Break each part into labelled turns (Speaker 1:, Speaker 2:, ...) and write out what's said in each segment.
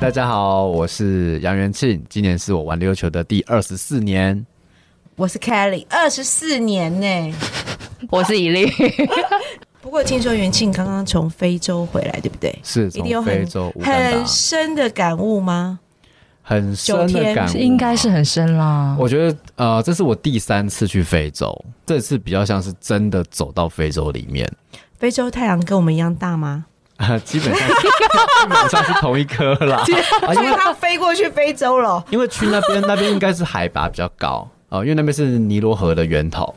Speaker 1: 大家好，我是杨元庆，今年是我玩溜球的第二十四年。
Speaker 2: 我是 Kelly，二十四年呢、
Speaker 3: 我是以丽，
Speaker 4: 不过听说元庆刚刚从非洲回来，对不对？
Speaker 1: 是
Speaker 4: 一定有
Speaker 1: 从非
Speaker 4: 很
Speaker 1: 洲乌干达
Speaker 4: 很深的感悟吗？
Speaker 1: 很深
Speaker 4: 九天
Speaker 1: 的感悟，
Speaker 5: 应该是。很深啦。
Speaker 1: 我觉得呃，这是我第三次去非洲，这次比较像是真的走到非洲里面，
Speaker 4: 非洲太阳跟我们一样大吗？
Speaker 1: 啊，基本上 基本上是同一颗 啦。啊，因
Speaker 2: 所以
Speaker 1: 为
Speaker 2: 他飞过去非洲了。
Speaker 1: 因为去那边那边应该是海拔比较高啊、因为那边是尼罗河的源头，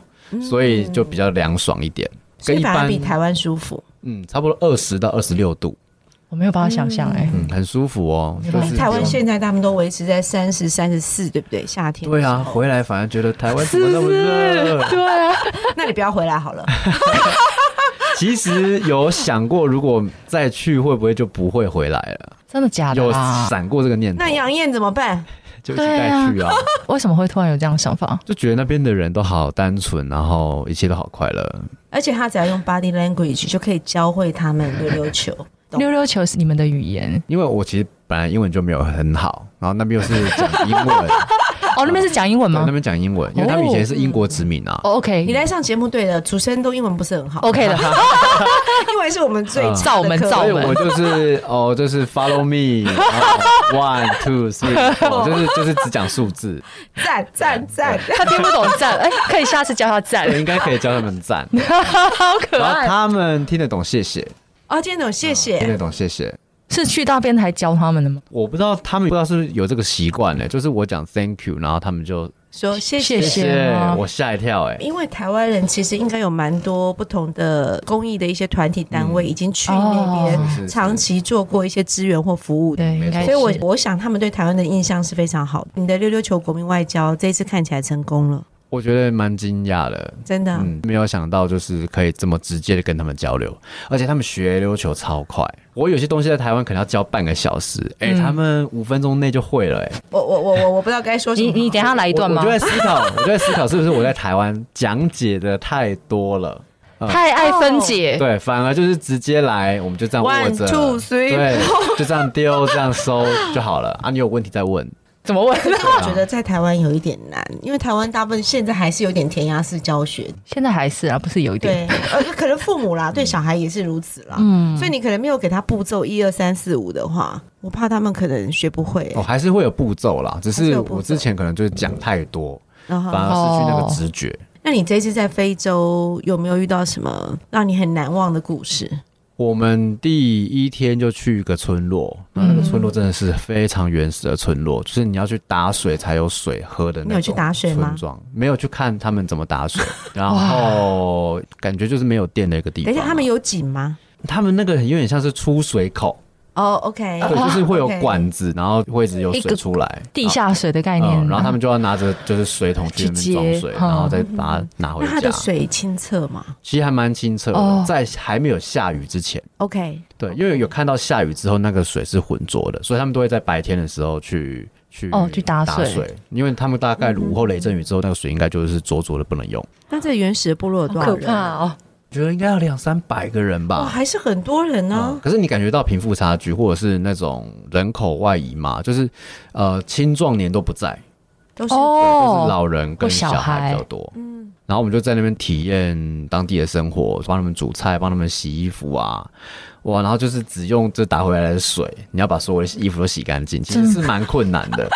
Speaker 1: 所以就比较凉爽一点，
Speaker 4: 嗯所
Speaker 1: 跟
Speaker 4: 以
Speaker 1: 一
Speaker 4: 反而
Speaker 1: 般
Speaker 4: 比台湾舒服。
Speaker 1: 嗯差不多二十到二十六度，
Speaker 5: 我没有办法想象哎、
Speaker 1: 嗯，很舒服哦。就
Speaker 5: 哎
Speaker 1: 是
Speaker 4: 台湾
Speaker 1: 这种
Speaker 4: 现在他们都维持在三十三十四，对不对？夏天。
Speaker 1: 对啊，回来反而觉得台湾怎么那么 热？
Speaker 2: 那你不要回来 好了。
Speaker 1: 其实有想过，如果再去会不会就不会回来了？
Speaker 5: 真的假的
Speaker 1: 有
Speaker 5: 啦？
Speaker 1: 闪过这个念头
Speaker 2: 那，杨燕怎么办？
Speaker 1: 就一起带去啊，
Speaker 5: 为什么会突然有这样的想法？
Speaker 1: 就觉得那边的人都好单纯，然后一切都好快乐。
Speaker 2: 而且他只要用 body language 就可以教会他们溜溜球。懂
Speaker 5: 溜溜球是你们的语言
Speaker 1: 因为我其实本来英文就没有很好，然后那边又是讲英文，
Speaker 5: 哦，那边是讲英文
Speaker 1: 对，
Speaker 5: 吗
Speaker 1: 那边讲英文，因为他们以前是英国殖民啊。
Speaker 5: 哦？OK，
Speaker 2: 你来上节目对了，主持人都英文不是很好
Speaker 5: OK 的，
Speaker 2: 英文是我们最差
Speaker 1: 嗯
Speaker 2: 的
Speaker 5: 造门
Speaker 2: 科
Speaker 5: 造
Speaker 1: 所以
Speaker 5: 门
Speaker 1: 我就是哦，就是 follow me，然后 one two three，four，就是 就是只讲数字，
Speaker 2: 赞赞赞！
Speaker 5: 他听不懂赞，哎、可以下次教他赞
Speaker 1: 我，应该可以教他们赞。
Speaker 5: 好可
Speaker 1: 然后
Speaker 5: 爱。
Speaker 1: 他们听得懂谢谢，
Speaker 2: 哦，今天总谢
Speaker 1: 听
Speaker 2: 谢。
Speaker 1: 得懂谢谢。
Speaker 5: 是去那边才教他们的吗？
Speaker 1: 我不知道他们不知道是不是有这个习惯呢，就是我讲 thank you，然后他们就
Speaker 2: 说谢
Speaker 5: 谢
Speaker 2: 谢。
Speaker 5: 谢吗
Speaker 1: 我吓一跳哎。
Speaker 2: 因为台湾人其实应该有蛮多不同的公益的一些团体单位已经去那
Speaker 5: 哦
Speaker 1: 嗯是是
Speaker 2: 边
Speaker 1: 是
Speaker 2: 长期做过一些支援或服务的。
Speaker 5: 对，应
Speaker 1: 没错
Speaker 5: 该
Speaker 2: 所以我
Speaker 5: 是，
Speaker 2: 我想他们对台湾的印象是非常好的。你的溜溜球国民外交这一次看起来成功了，
Speaker 1: 我觉得蛮惊讶的，
Speaker 2: 真的啊、
Speaker 1: 嗯，没有想到就是可以这么直接的跟他们交流，而且他们学溜球超快。我有些东西在台湾可能要教半个小时，哎、
Speaker 5: 嗯
Speaker 1: 他们五分钟内就会了、哎、
Speaker 2: 我我我我我不知道该说什么
Speaker 5: 你
Speaker 2: 好。
Speaker 5: 你等一下来一
Speaker 1: 我
Speaker 5: 段
Speaker 1: 我
Speaker 5: 吗
Speaker 1: 就？在思考，我就在思考是不是我在台湾讲解的太多了。
Speaker 5: 太爱分解，
Speaker 1: 哦对，反而就是直接来，我们就这样握
Speaker 2: One,
Speaker 1: 着
Speaker 2: two, three,
Speaker 1: 对，就这样丢，这样收就 好了啊。你有问题再问，
Speaker 5: 怎么问？
Speaker 2: 我觉得在台湾有一点难，因为台湾大部分现在还是有点填鸭式教学，
Speaker 5: 现在还是啊，不是有一点
Speaker 2: 对， 呃，可能父母
Speaker 1: 嗯
Speaker 2: 啦，对小孩也是如此啦，嗯，所以你可能没有给他步骤一二三四五的话，我怕他们可能学不会、
Speaker 1: 哦，还是会有步骤啦，只
Speaker 2: 还是
Speaker 1: 是
Speaker 2: 有步骤哦
Speaker 1: 我之前可能就是讲太多，
Speaker 2: 然
Speaker 1: 反
Speaker 2: 后，
Speaker 1: 而失去那个直觉。
Speaker 2: 那你这次在非洲有没有遇到什么让你很难忘的故事？
Speaker 1: 我们第一天就去一个村落，那个村落真的是非常原始的村落，就是你要去打水才有水喝的那种。
Speaker 2: 嗯你有去打水吗
Speaker 1: 村庄没有去看他们怎么打 水，然后感觉就是没有电的一个地方
Speaker 2: 等
Speaker 1: 啊。
Speaker 2: 一下，他们有井吗？
Speaker 1: 他们那个有点像是出水口，
Speaker 2: 哦，OK、o
Speaker 1: 对，
Speaker 2: k
Speaker 1: 就是会有管子，然后会一直有
Speaker 5: 一个
Speaker 1: 水出来。
Speaker 5: 地下水的概念。啊
Speaker 1: 嗯，然后他们就要拿着就是水桶
Speaker 5: 去
Speaker 1: 去那边装
Speaker 5: 接
Speaker 1: 水，
Speaker 5: 嗯
Speaker 1: 然后再把它拿回
Speaker 2: 那它
Speaker 1: 家
Speaker 2: 的。水清澈吗
Speaker 1: 其实还蛮清澈
Speaker 5: 哦
Speaker 1: 的，在还没有下雨之前，
Speaker 2: ？OK，
Speaker 1: 对，因为有看到下雨之后那个水是浑浊的，所以他们都会在白天的时候去去
Speaker 5: 哦去打
Speaker 1: 打
Speaker 5: 水
Speaker 1: 因为他们大概午后雷阵雨之后，那个水应该就是浊浊的不能用。
Speaker 2: 那这原始的部落有多少
Speaker 5: 可
Speaker 2: 人？
Speaker 5: 怕哦！
Speaker 1: 觉得应该要两三百个人
Speaker 2: 哦，
Speaker 1: 吧。
Speaker 2: 还是很多人呢、
Speaker 5: 啊
Speaker 1: 嗯可是你感觉到贫富差距，或者是那种人口外移嘛，就是呃青壮年都不在，
Speaker 2: 都是
Speaker 1: 就是
Speaker 5: 哦，
Speaker 1: 老人跟小孩比较多。嗯，然后我们就在那边体验当地的生活，帮他们煮菜，帮他们洗衣服啊，哇！然后就是只用这打回来的水，你要把所有的衣服都洗干净，其实是蛮困难 的，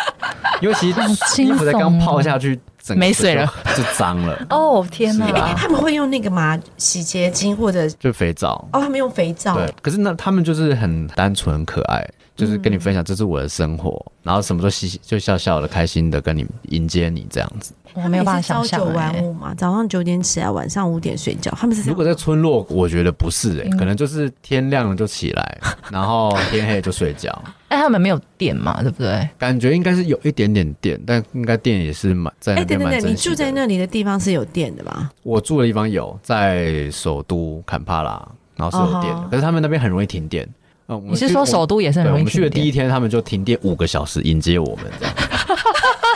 Speaker 1: 因为其实
Speaker 5: 轻
Speaker 1: 衣服才刚
Speaker 5: 松哦
Speaker 1: 泡下去，整个
Speaker 5: 没水了
Speaker 1: 就，就脏了。
Speaker 5: 哦天
Speaker 1: 是
Speaker 5: 哪！
Speaker 1: 啊
Speaker 2: 他们会用那个嘛洗洁精或者
Speaker 1: 就肥皂，
Speaker 2: 哦，他们用肥皂。
Speaker 1: 对，可是那他们就是很单纯、很可爱，就是跟你分享这是我的生活，然后什么都嘻嘻就笑笑的、开心的跟你迎接你这样子。
Speaker 5: 我没有办法想象
Speaker 2: 他们也是 朝
Speaker 3: 欸
Speaker 5: 哎
Speaker 2: 九晚五嘛，早上九点起来，晚上五点睡觉，他们是这
Speaker 1: 如
Speaker 2: 样
Speaker 1: 果。在村落，我觉得不是
Speaker 5: 嗯
Speaker 1: 诶、可能就是天亮了就起 来，然后天黑就睡觉，
Speaker 5: 但哎他们没有电嘛，对不对？
Speaker 1: 感觉应该是有一点点电，但应该电也是蛮在
Speaker 2: 哎，
Speaker 1: 那
Speaker 2: 等
Speaker 1: 边
Speaker 2: 等
Speaker 1: 蛮
Speaker 2: 等，你
Speaker 1: 珍惜
Speaker 2: 住
Speaker 1: 的。
Speaker 2: 在那里的地方是有电的吧？
Speaker 1: 我住的地方有，在首都坎帕拉，然后是有电的
Speaker 2: 哦吼
Speaker 1: 可是他们那边很容易停电。嗯，我们
Speaker 5: 你是
Speaker 1: 去
Speaker 5: 说
Speaker 1: 我
Speaker 5: 首都也是很
Speaker 1: 对，我
Speaker 5: 容易
Speaker 1: 们去的
Speaker 5: 停
Speaker 1: 第一
Speaker 5: 电？
Speaker 1: 天，他们就停电五个小时迎接我们，这样，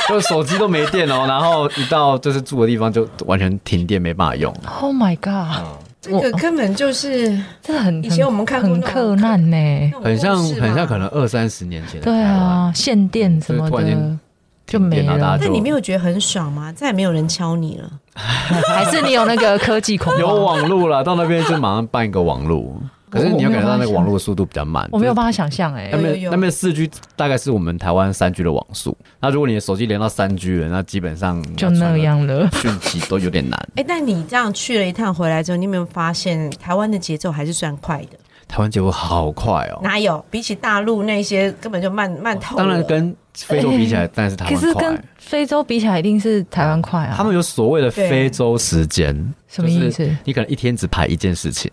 Speaker 1: 就是手机都没电哦，然后一到就是住的地方就完全停电，没办法用。
Speaker 5: Oh my god！
Speaker 1: 啊
Speaker 2: 这个根本就是
Speaker 5: 这很
Speaker 2: 以前我们看过
Speaker 5: 很
Speaker 2: 那种
Speaker 5: 克难呢、
Speaker 1: 很像很像可能二三十年前的
Speaker 5: 对
Speaker 1: 台
Speaker 5: 啊
Speaker 1: 湾，，
Speaker 5: 限电什么
Speaker 1: 就是突然
Speaker 5: 的
Speaker 1: 间
Speaker 5: 就没
Speaker 1: 停电然后啊大
Speaker 5: 了
Speaker 1: 家，
Speaker 2: 但你没有觉得很爽吗？再也没有人敲你了。
Speaker 5: 还是你有那个科技 恐
Speaker 1: 有啊
Speaker 5: 慌？
Speaker 1: 网路了，到那边就马上办一个网路， 可是你要感觉到那个网路的速度比较慢，
Speaker 5: 我没有
Speaker 1: 就是
Speaker 5: 办法想象哎、
Speaker 1: 那
Speaker 2: 有
Speaker 1: 边
Speaker 2: 有
Speaker 1: 那边四 G 大概是我们台湾三 G 的网速，那如果你的手机连到三 G 了，那基本上
Speaker 5: 就那，样了。
Speaker 1: 讯息都有点难。
Speaker 2: 哎，但你这样去了一趟回来之后，你有没有发现台湾的节奏还是算快的？
Speaker 1: 台湾节奏好快哦，
Speaker 2: 哪有？比起大陆那些根本就慢慢透了。
Speaker 1: 当然跟非洲比起来，但是台
Speaker 5: 可是
Speaker 1: 湾
Speaker 5: 跟
Speaker 1: 快。
Speaker 5: 非洲比起来，一定是台湾快啊！
Speaker 1: 他们有所谓的
Speaker 2: 对
Speaker 1: 非洲时间，
Speaker 5: 什么意思
Speaker 1: 就是你可能一天只排一件 事情，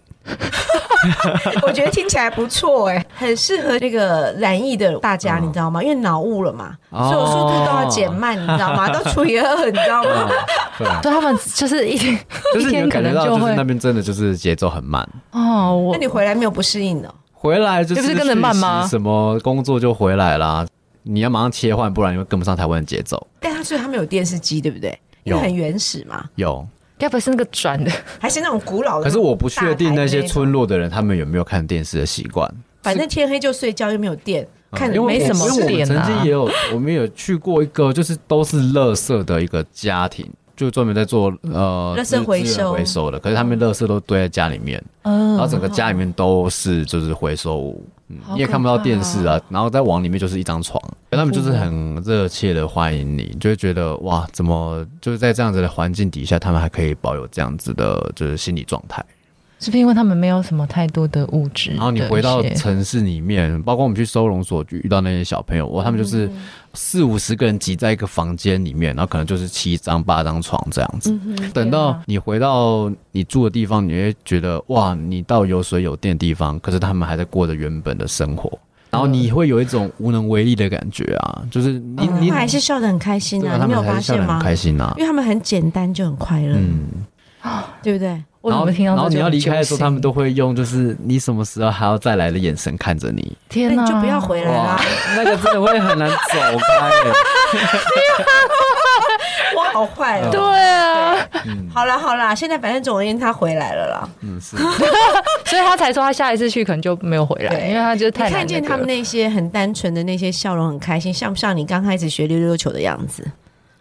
Speaker 2: 我觉得听起来不错哎、很适合那个染疫的大家，你知道吗？因为脑雾了嘛，
Speaker 1: 哦
Speaker 2: 所有速度都要减慢，你知道吗？都除以二，你知道吗？
Speaker 1: 对啊，
Speaker 5: 对他们就是一天
Speaker 1: 就是
Speaker 5: 一
Speaker 1: 你
Speaker 5: 天
Speaker 1: 有
Speaker 5: 可
Speaker 1: 感
Speaker 5: 能
Speaker 1: 觉到，就
Speaker 5: 会
Speaker 1: 是那边真的就是节奏很慢。
Speaker 5: 哦，我
Speaker 2: 那你回来没有不适应的？哦
Speaker 1: 回来就
Speaker 5: 对
Speaker 1: 是
Speaker 5: 不是跟着慢吗
Speaker 1: 讯息什么工作就回来啦，你要马上切换，不然你会跟不上台湾的节奏。
Speaker 2: 但他所以他们有电视机，对不对？因
Speaker 1: 有
Speaker 2: 为很原始嘛，
Speaker 1: 有，
Speaker 5: 该不会是那个转的？
Speaker 2: 还是那种古老的。
Speaker 1: 可是我不确定那
Speaker 2: 大台的那
Speaker 1: 些
Speaker 2: 种，
Speaker 1: 村落的人他们有没有看电视的习惯。呃
Speaker 2: 反正天黑就睡觉，又没有电，看
Speaker 1: 嗯因为我
Speaker 5: 没什么
Speaker 1: 因为我们
Speaker 5: 电啊
Speaker 1: 曾经也有，我们有去过一个，就是都是垃圾的一个家庭，就专门在做呃
Speaker 2: 垃圾回收
Speaker 1: 资源回收的。可是他们垃圾都堆在家里面，然后
Speaker 5: 嗯，
Speaker 1: 整个家里面都是就是回收物，嗯
Speaker 5: 好
Speaker 1: 你也
Speaker 5: 可
Speaker 1: 看不到电
Speaker 5: 怕哦
Speaker 1: 视啊。然后在网里面就是一张床，可他们就是很呃热切的欢迎你，就会觉得哇，怎么就是在这样子的环境底下，他们还可以保有这样子的就是心理状态。
Speaker 5: 是不是因为他们没有什么太多的物质？
Speaker 1: 然后你回到城市里面，包括我们去收容所遇到那些小朋友，哇，他们就是
Speaker 2: 嗯
Speaker 1: 四五十个人挤在一个房间里面，然后可能就是七张八张床这样
Speaker 2: 嗯
Speaker 1: 子。等到你回到你住的地方，你会觉得哇，你到有水有电的地方，可是他们还在过着原本的生活，然后你会有一种无能为力的感觉啊，就是你
Speaker 2: 他
Speaker 1: 你
Speaker 2: 们还是笑得很嗯开心
Speaker 1: 对
Speaker 2: 啊，
Speaker 1: 啊，
Speaker 2: 你
Speaker 1: 他
Speaker 2: 没
Speaker 1: 们
Speaker 2: 有
Speaker 1: 还
Speaker 2: 发
Speaker 1: 是笑
Speaker 2: 现
Speaker 1: 得很
Speaker 2: 吗？
Speaker 1: 开心啊，
Speaker 2: 因为他们很简单就很快乐，
Speaker 1: 嗯。
Speaker 2: 对不对？
Speaker 5: 我
Speaker 1: 然
Speaker 5: 怎
Speaker 1: 后
Speaker 5: 么听到
Speaker 1: 然
Speaker 5: 这
Speaker 1: 后你
Speaker 5: 就
Speaker 1: 要
Speaker 5: 很
Speaker 1: 离开的时
Speaker 5: 揪
Speaker 1: 候，
Speaker 5: 心
Speaker 1: 他们都会用就是你什么时候还要再来的眼神看着你。
Speaker 2: 那
Speaker 5: 天哪，
Speaker 2: 你就不要回来啦！，
Speaker 1: 那个真的会很难走开耶。
Speaker 2: 我好坏 哦。
Speaker 5: 对啊，
Speaker 2: 好啦好啦，现在反正总而言之他回来了啦。
Speaker 1: 嗯，是。
Speaker 5: 所以他才说他下一次去可能就没有回来，
Speaker 2: 对
Speaker 5: 因为他就是太
Speaker 2: 你
Speaker 5: 难
Speaker 2: 看见
Speaker 5: 那个
Speaker 2: 他们那些很单纯的那些笑容，很开心，像不像你刚开始学溜溜球的样子？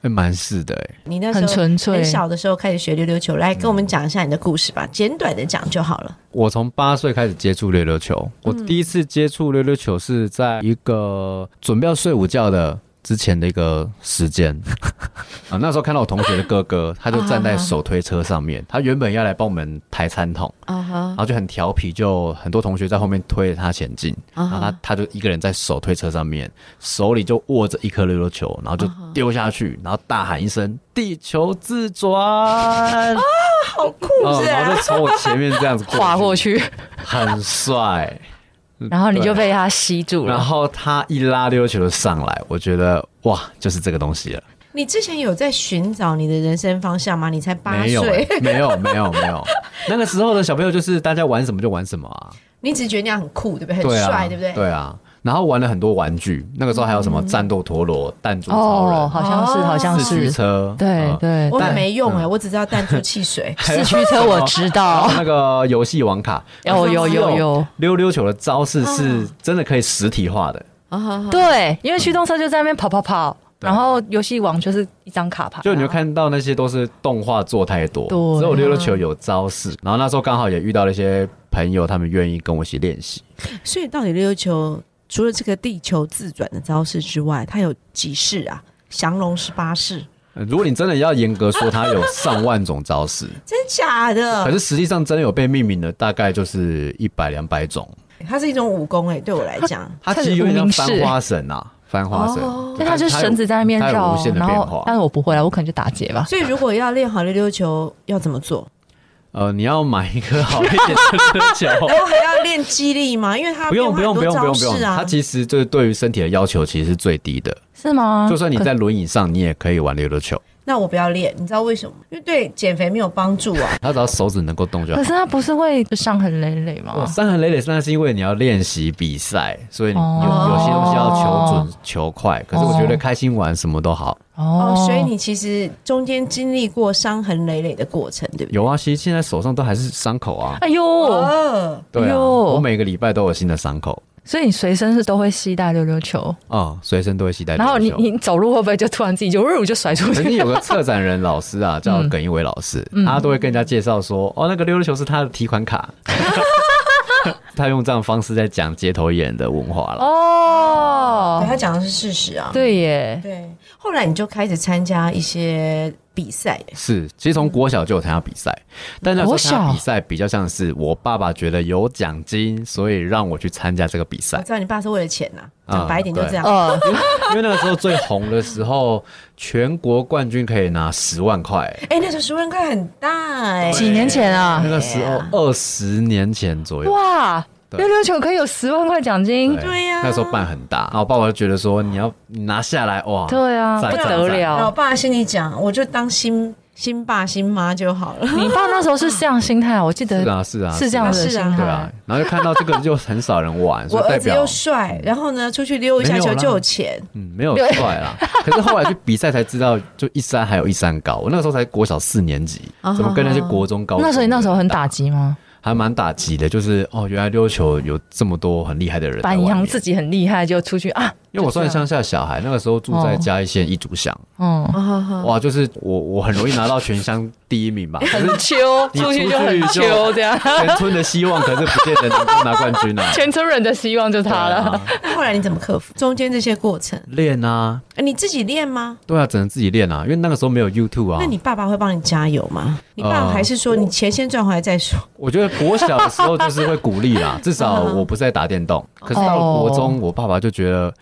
Speaker 1: 哎蛮是的耶，
Speaker 2: 你那时
Speaker 5: 很
Speaker 2: 候
Speaker 5: 纯粹
Speaker 2: 很嗯小的时候开始学溜溜球，来跟我们讲一下你的故事吧，简短的讲就好了。
Speaker 1: 我从八岁开始接触溜溜球，我第一次接触溜溜球是在一个准备要睡午觉的之前的一个时间 啊。那时候看到我同学的哥哥，他就站在手推车上面，他原本要来帮我们抬餐桶，
Speaker 2: 啊哈
Speaker 1: 然，后就很调皮，就很多同学在后面推着他前进，然后他他就一个人在手推车上面，手里就握着一颗溜溜球，然后就丢下去，然后大喊一声“地球自转”，
Speaker 2: 好酷
Speaker 1: 嗯，
Speaker 2: 是
Speaker 1: 然后
Speaker 2: 啊！
Speaker 1: 就从我前面这样子
Speaker 5: 划过
Speaker 1: 去，
Speaker 5: 去，
Speaker 1: 很帅。
Speaker 5: 然后你就
Speaker 1: 对
Speaker 5: 被他吸住
Speaker 1: 然
Speaker 5: 了。
Speaker 1: 后他一拉溜溜球就上来，我觉得哇，就是这个东西了。
Speaker 2: 你之前有在寻找你的人生方向吗？你才八
Speaker 1: 没有、欸
Speaker 2: 岁，
Speaker 1: 没有，没有，没有。那个时候的小朋友就是大家玩什么就玩什么啊，
Speaker 2: 你只觉得那样很酷，对不对？很
Speaker 1: 对啊，
Speaker 2: 帅，对不对？
Speaker 1: 对啊。然后玩了很多玩具，那个时候还有什么战斗陀螺、弹珠超人、
Speaker 5: 哦，好像是，
Speaker 2: 哦
Speaker 5: 好像
Speaker 1: 四驱
Speaker 5: 是，
Speaker 1: 车，
Speaker 5: 对
Speaker 1: 嗯。
Speaker 5: 对
Speaker 2: 我很
Speaker 5: 对，
Speaker 2: 没用哎，我只知道弹珠汽水
Speaker 1: 还有
Speaker 5: 四驱车我知道，
Speaker 1: 那个游戏网卡，
Speaker 5: 有有有有，啊
Speaker 1: 溜溜球的招式是真的可以实体化的，
Speaker 2: 啊哈哈
Speaker 5: 对，因为驱动车就在那边跑跑跑，
Speaker 1: 对
Speaker 5: 然后游戏王就是一张卡牌，
Speaker 1: 就你会看到那些都是动画做太多，
Speaker 5: 啊对啊
Speaker 1: 只有溜溜球有招式。然后那时候刚好也遇到了一些朋友，他们愿意跟我一起练习。
Speaker 2: 所以到底溜溜球除了这个地球自转的招式之外，它有几式啊？降龙十八式，
Speaker 1: 呃如果你真的要严格说，它有上万种 招式，
Speaker 2: 真假
Speaker 1: 可
Speaker 2: 的？
Speaker 1: 是实际上真的有被命名的大概就是一百两百种。
Speaker 2: 它是一种武功哎、对我来讲，
Speaker 1: 它其实有点像翻花绳啊，翻花绳，
Speaker 3: 但它哦就是绳子在那边
Speaker 1: 它有
Speaker 3: 绕
Speaker 1: 无限，的
Speaker 3: 然
Speaker 1: 变
Speaker 3: 后但是
Speaker 1: 化。
Speaker 3: 我不
Speaker 5: 啊
Speaker 3: 会了，我可能就打结吧。
Speaker 2: 所以如果要练好溜溜球，要怎么做？
Speaker 1: 呃，你要买一颗好一点的 球。
Speaker 2: 然后还要练肌力吗？因为它
Speaker 1: 不用不用不用不用不用，它
Speaker 2: 它
Speaker 1: 其实就是对于身体的要求其实是最低的。
Speaker 3: 是吗？
Speaker 1: 就算你在轮椅上，你也可以玩溜溜球，
Speaker 2: 那我不要练，你知道为什么？因为对减肥没有帮助啊。
Speaker 1: 它只要手指能够动就好
Speaker 3: 可。是它不是会伤痕累累
Speaker 1: 哦
Speaker 3: 吗？
Speaker 1: 伤痕累累，那是因为你要练习比赛，所以你有、
Speaker 3: 哦
Speaker 1: 有些东西要求准、求快。可是我觉得开心玩什么都好。
Speaker 2: 哦，所以你其实中间经历过伤痕累累的过程，对不对？
Speaker 1: 有啊，其实现在手上都还是伤口啊。
Speaker 3: 哎呦，
Speaker 2: 哦，
Speaker 1: 对啊，
Speaker 3: 呦
Speaker 1: 我每个礼拜都有新的伤口
Speaker 3: 所以你随身是都会携带溜溜球，
Speaker 1: 啊，随、身都会携带溜
Speaker 3: 然后
Speaker 1: 溜
Speaker 3: 你
Speaker 1: 球。
Speaker 3: 你走路会不会就突然自己就呃呜就甩出
Speaker 1: 曾经
Speaker 3: 去？
Speaker 1: 有个策展人老师啊，
Speaker 3: 嗯
Speaker 1: 叫耿一伟老师，他都会跟人家介绍说，哦，那个溜溜球是他的提款 卡。他用这样的方式在讲街头艺人的文化了。
Speaker 3: 哦
Speaker 2: 对，他讲的是事实啊。
Speaker 3: 对耶，
Speaker 2: 对，后来你就开始参加一些比赛，
Speaker 1: 是，其实从国小就有参加比赛，但那时候
Speaker 3: 国
Speaker 1: 参加
Speaker 3: 小
Speaker 1: 比赛比较像是我爸爸觉得有奖金，所以让我去参加这个比
Speaker 2: 我
Speaker 1: 赛。
Speaker 2: 知道你爸是为了钱呐，
Speaker 1: 啊
Speaker 2: 讲白一点就这样。
Speaker 3: 呃，
Speaker 1: 因为那个时候最红的时候，全国冠军可以拿十万 块，
Speaker 2: 哎，那时候熟人块很大哎，
Speaker 3: 几年前啊
Speaker 1: 那，个时候二十年前左右。
Speaker 3: 哇，
Speaker 1: 对
Speaker 3: 溜溜球可以有十万块奖金，
Speaker 2: 对呀
Speaker 1: 那时候办很大，然后我爸爸就觉得说你要你拿下来哇，
Speaker 3: 对啊，
Speaker 1: 赞
Speaker 3: 不
Speaker 1: 赞
Speaker 3: 得
Speaker 1: 赞
Speaker 2: 然后我
Speaker 3: 了。
Speaker 2: 爸心里讲，我就当新新爸新妈就好了。
Speaker 3: 你爸那时候是这样心态啊，我记
Speaker 1: 是
Speaker 3: 得
Speaker 1: 啊是啊
Speaker 3: 是这样子的
Speaker 2: 是
Speaker 3: 心
Speaker 2: 啊
Speaker 1: 对
Speaker 3: 态
Speaker 1: 啊。，然后就看到这个就很少人玩，
Speaker 2: 我
Speaker 1: 所以代
Speaker 2: 儿子
Speaker 1: 表
Speaker 2: 又帅，然后呢，出去溜一下
Speaker 1: 没有
Speaker 2: 球
Speaker 1: 啦
Speaker 2: 就有钱。
Speaker 1: 嗯，没有帅啦。可是后来去比赛才知道，就一山还有一山高。我那时候才国小四年级，
Speaker 2: 啊
Speaker 1: 怎么跟那些国中高中的
Speaker 3: 那时候你那时候很打
Speaker 1: 打，
Speaker 3: 击吗？
Speaker 1: 还蛮打击的。就是哦，原来溜球有这么多很厉害的人在
Speaker 3: 把
Speaker 1: 外面。
Speaker 3: 银行自己很厉害就出去啊，
Speaker 1: 因为我算乡下小孩，那个时候住在
Speaker 3: 哦
Speaker 1: 嘉义县一竹乡，
Speaker 3: 嗯，
Speaker 1: 哇，就是我我很容易拿到全乡第一名吧。可是
Speaker 3: 秋
Speaker 1: 你
Speaker 3: 出去
Speaker 1: 出
Speaker 3: 就很
Speaker 1: 去就
Speaker 3: 秋这样，
Speaker 1: 全村的希望，可是不见得能够拿冠军啊。
Speaker 3: 全村人的希望就他了。
Speaker 1: 对啊
Speaker 2: 那后来你怎么克服中间这些过程？
Speaker 1: 练啊，
Speaker 2: 呃你自己练吗？
Speaker 1: 对啊，只能自己练啊，因为那个时候没有 YouTube 啊。
Speaker 2: 那你爸爸会帮你加油吗？你爸
Speaker 1: 呃
Speaker 2: 还是说你钱先赚回来再说？
Speaker 1: 我觉得国小的时候就是会鼓励 啦，至少
Speaker 2: 嗯
Speaker 1: 我不是在打电动。
Speaker 2: 哦
Speaker 1: 可是到了国中，我爸爸就觉得，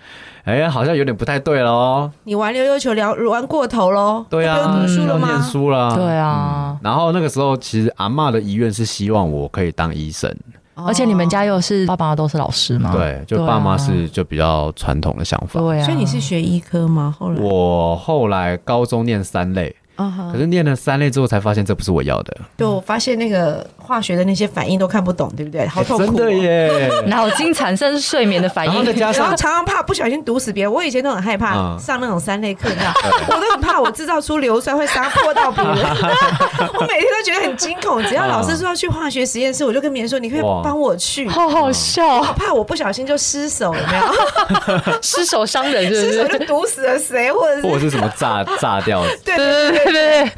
Speaker 1: 哎、好像有点不太对了哦。
Speaker 2: 你玩溜溜球聊玩过头喽？
Speaker 1: 对
Speaker 2: 就不
Speaker 1: 啊
Speaker 2: 用，读书了
Speaker 1: 要念
Speaker 2: 吗？
Speaker 1: 书啦。
Speaker 3: 对啊，
Speaker 1: 然后那个时候，其实阿嬷的遗愿是希望我可以当医生，
Speaker 2: 哦
Speaker 3: 而且你们家又是爸爸都是老师吗？
Speaker 1: 嗯对，就
Speaker 3: 啊
Speaker 1: 爸妈是就比较传统的想法。
Speaker 3: 对啊，
Speaker 2: 所以你是学医科吗？后来
Speaker 1: 我后来高中念三类，
Speaker 2: 啊哈
Speaker 1: 可是念了三类之后才发现这不是我要的，
Speaker 2: 对，我发现那个化学的那些反应都看不懂，对不对？好痛苦、哦
Speaker 1: 哎真的耶。
Speaker 3: 脑筋产生睡眠的反
Speaker 1: 然后再
Speaker 3: 应。
Speaker 1: 加
Speaker 2: 然后
Speaker 1: 上
Speaker 2: 常常怕不小心毒死别人，我以前都很害怕、
Speaker 1: 嗯
Speaker 2: 上那种三类课，你知 道，我都很怕我制造出硫酸会伤破到别人，我每天都觉得很惊恐。只要老师说要去化学实验室，我就跟别人说：“你可以
Speaker 1: 啊哇
Speaker 2: 帮我去。”
Speaker 3: 好好笑，
Speaker 1: 嗯
Speaker 2: 怕我不小心就失手，有没有？
Speaker 3: 失手伤人是不
Speaker 2: 失手
Speaker 3: 是？
Speaker 2: 就毒死了谁，或者
Speaker 1: 或者
Speaker 2: 是
Speaker 1: 是什么炸炸掉
Speaker 2: 对对
Speaker 3: 对对对对对，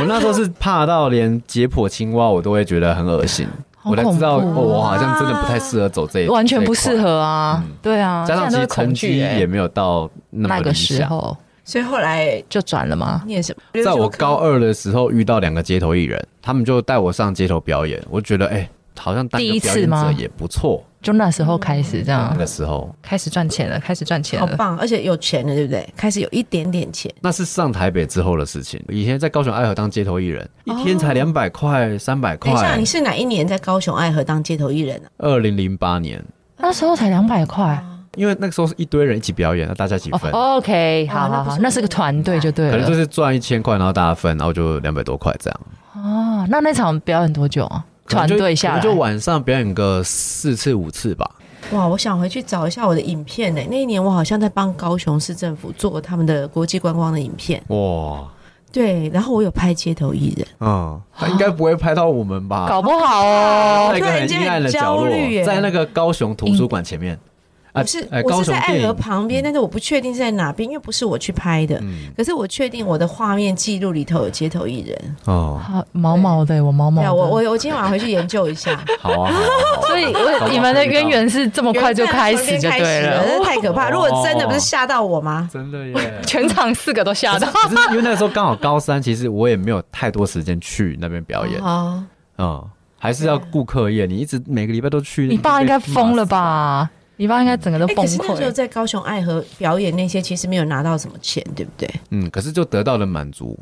Speaker 1: 我那时候是怕到连解剖青蛙我都会觉得很恶心，
Speaker 3: 好
Speaker 1: 我才知道、
Speaker 3: 恐
Speaker 1: 哦、
Speaker 3: 怖
Speaker 1: 我好像真的不太适合走这一
Speaker 3: 完全不适。
Speaker 1: 这一块
Speaker 3: 合啊！对啊，
Speaker 1: 嗯加
Speaker 3: 现
Speaker 1: 上其
Speaker 3: 在
Speaker 1: 实
Speaker 3: 都是恐
Speaker 1: 成绩
Speaker 3: 惧欸
Speaker 1: 也没有到那么
Speaker 3: 那
Speaker 1: 理
Speaker 3: 个时
Speaker 1: 想。
Speaker 3: 候
Speaker 2: 所以后来
Speaker 3: 就转了吗？
Speaker 2: 念什么？
Speaker 1: 在我高二的时候遇到两个街头艺人，他们就带我上街头表演，我觉得哎、好像当
Speaker 3: 第
Speaker 1: 个
Speaker 3: 一
Speaker 1: 表
Speaker 3: 次
Speaker 1: 演
Speaker 3: 吗
Speaker 1: 者也不错。
Speaker 3: 就那时候开始这样
Speaker 1: 那，个时候，
Speaker 3: 开始赚钱了，开始赚钱
Speaker 2: 好
Speaker 3: 了。
Speaker 2: 棒，而且有钱了，对不对？开始有一点点钱，
Speaker 1: 那是上台北之后的事情。以前在高雄爱河当街头艺人，一天
Speaker 3: 哦
Speaker 1: 才两百块、三百
Speaker 2: 等一下，
Speaker 1: 块
Speaker 2: 你。是哪一年在高雄爱河当街头艺人啊？
Speaker 1: 二零零八年，
Speaker 3: 那时候才两百块，
Speaker 1: 因为那个时候是一堆人一起表演，那大家一起分。嗯
Speaker 3: 哦、OK，
Speaker 2: 哦
Speaker 3: 好
Speaker 2: 那
Speaker 3: 好
Speaker 2: 不
Speaker 3: 好，
Speaker 2: 是
Speaker 3: 那是个团队就对
Speaker 1: 可能
Speaker 3: 了。
Speaker 1: 就是赚一千块，然后大家分，然后 就两百多块这样。
Speaker 3: 哦，那那场表演多久啊？
Speaker 1: 可能
Speaker 3: 团
Speaker 1: 就
Speaker 3: 队下
Speaker 1: 可
Speaker 3: 来
Speaker 1: 能就晚上表演个四次五次吧。
Speaker 2: 哇，我想回去找一下我的影片呢、欸那一年我好像在帮高雄市政府做他们的国际观光的影片，
Speaker 1: 哇，
Speaker 2: 对，然后我有拍街头艺人，
Speaker 1: 嗯，
Speaker 2: 啊
Speaker 1: 他应该不会拍到我们吧？
Speaker 3: 搞不好哦。
Speaker 1: 在一个很阴暗的角
Speaker 2: 突
Speaker 1: 落
Speaker 2: 然间很焦虑耶，
Speaker 1: 在那个高雄图书馆前面。啊
Speaker 2: 不是，
Speaker 1: 哎
Speaker 2: 我
Speaker 1: 高
Speaker 2: 是
Speaker 1: 雄
Speaker 2: 在
Speaker 1: 电
Speaker 2: 爱
Speaker 1: 影
Speaker 2: 河旁
Speaker 3: 嗯
Speaker 2: 边，但是我不确定是在哪边，因为不是我去拍的，
Speaker 1: 嗯
Speaker 2: 可是我确定我的画面记录里头有街头艺人，
Speaker 1: 哦，
Speaker 3: 好毛毛的，我毛毛
Speaker 2: 对
Speaker 3: 的。
Speaker 2: 啊，我我我今天晚上回去研究 一下，
Speaker 1: 好啊，好啊好啊
Speaker 3: 所以
Speaker 1: 搞不
Speaker 3: 我
Speaker 1: 好
Speaker 3: 你们的
Speaker 1: 遇到
Speaker 3: 渊源是这么快就开始就对
Speaker 2: 了，
Speaker 3: 了。。
Speaker 2: 真的太可怕！如果真的不是吓到我吗？
Speaker 1: 真的 耶
Speaker 3: 全场四个都吓 到，
Speaker 1: 可是因为那个时候刚好高三，其实我也没有太多时间去那边表演，
Speaker 2: 啊，
Speaker 1: 嗯，还是要顾课业。你一直每个礼拜都去，
Speaker 3: 你爸应该疯了？吧？你爸应该整个都
Speaker 2: 哎，
Speaker 3: 崩
Speaker 2: 可是那时候
Speaker 3: 溃。
Speaker 2: 在高雄爱河表演那些，其实没有拿到什么钱，对不对？
Speaker 1: 嗯，可是就得到了满足，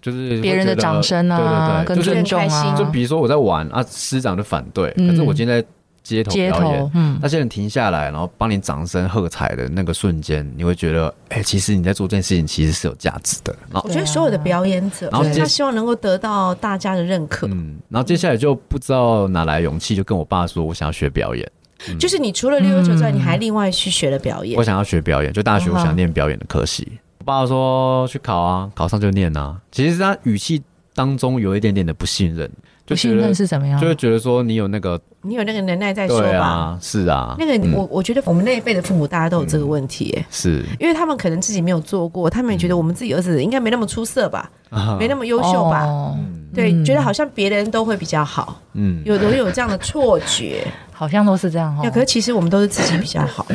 Speaker 1: 就是会
Speaker 3: 别人的
Speaker 1: 觉得
Speaker 3: 掌声啊，
Speaker 1: 对对对，
Speaker 3: 跟
Speaker 1: 就是
Speaker 3: 尊重啊，
Speaker 1: 就比如说我在玩啊，师长就反对，
Speaker 3: 嗯
Speaker 1: 可是我今天在街头
Speaker 3: 街
Speaker 1: 表
Speaker 3: 头
Speaker 1: 演，，
Speaker 3: 嗯，
Speaker 1: 那些人停下来，然后帮你掌声喝彩的那个瞬间，你会觉得，哎、其实你在做这件事情其实是有价值的。然后
Speaker 2: 我，觉得所有的表演者，
Speaker 1: 啊然后
Speaker 2: 就是
Speaker 1: 接
Speaker 2: 他希望能够得到大家的认可。
Speaker 1: 嗯，然后接下来就不知道哪来勇气，就跟我爸说，我想要学表演，
Speaker 2: 就是你除了溜溜球之外，你还另外去学了表演
Speaker 1: 嗯我。想要学表演，就大
Speaker 3: 嗯
Speaker 1: 学我想念表演的科系。我爸说去考啊，考上就念啊。其实他语气当中有一点点的不信任，
Speaker 3: 不
Speaker 1: 就
Speaker 3: 信
Speaker 1: 觉
Speaker 3: 任
Speaker 1: 得
Speaker 3: 是怎么样
Speaker 1: 就？会觉得说你有那个
Speaker 2: 你有那个能耐再说
Speaker 1: 对
Speaker 2: 吧。
Speaker 1: 啊，是啊，
Speaker 2: 那个
Speaker 1: 嗯
Speaker 2: 我我觉得我们那一辈的父母大家都有这个问题耶。
Speaker 1: 是
Speaker 2: 因为他们可能自己没有做过，他们也觉得我们自己儿子应该没那么出色吧，
Speaker 1: 嗯
Speaker 2: 没那么优秀吧，
Speaker 3: 哦
Speaker 2: 对，
Speaker 3: 嗯
Speaker 2: 觉得好像别人都会比较好，
Speaker 1: 嗯，
Speaker 2: 有的会有这样的错觉。
Speaker 3: 好像都是这样哦
Speaker 2: 那、。可是其实我们都是自己比较 好，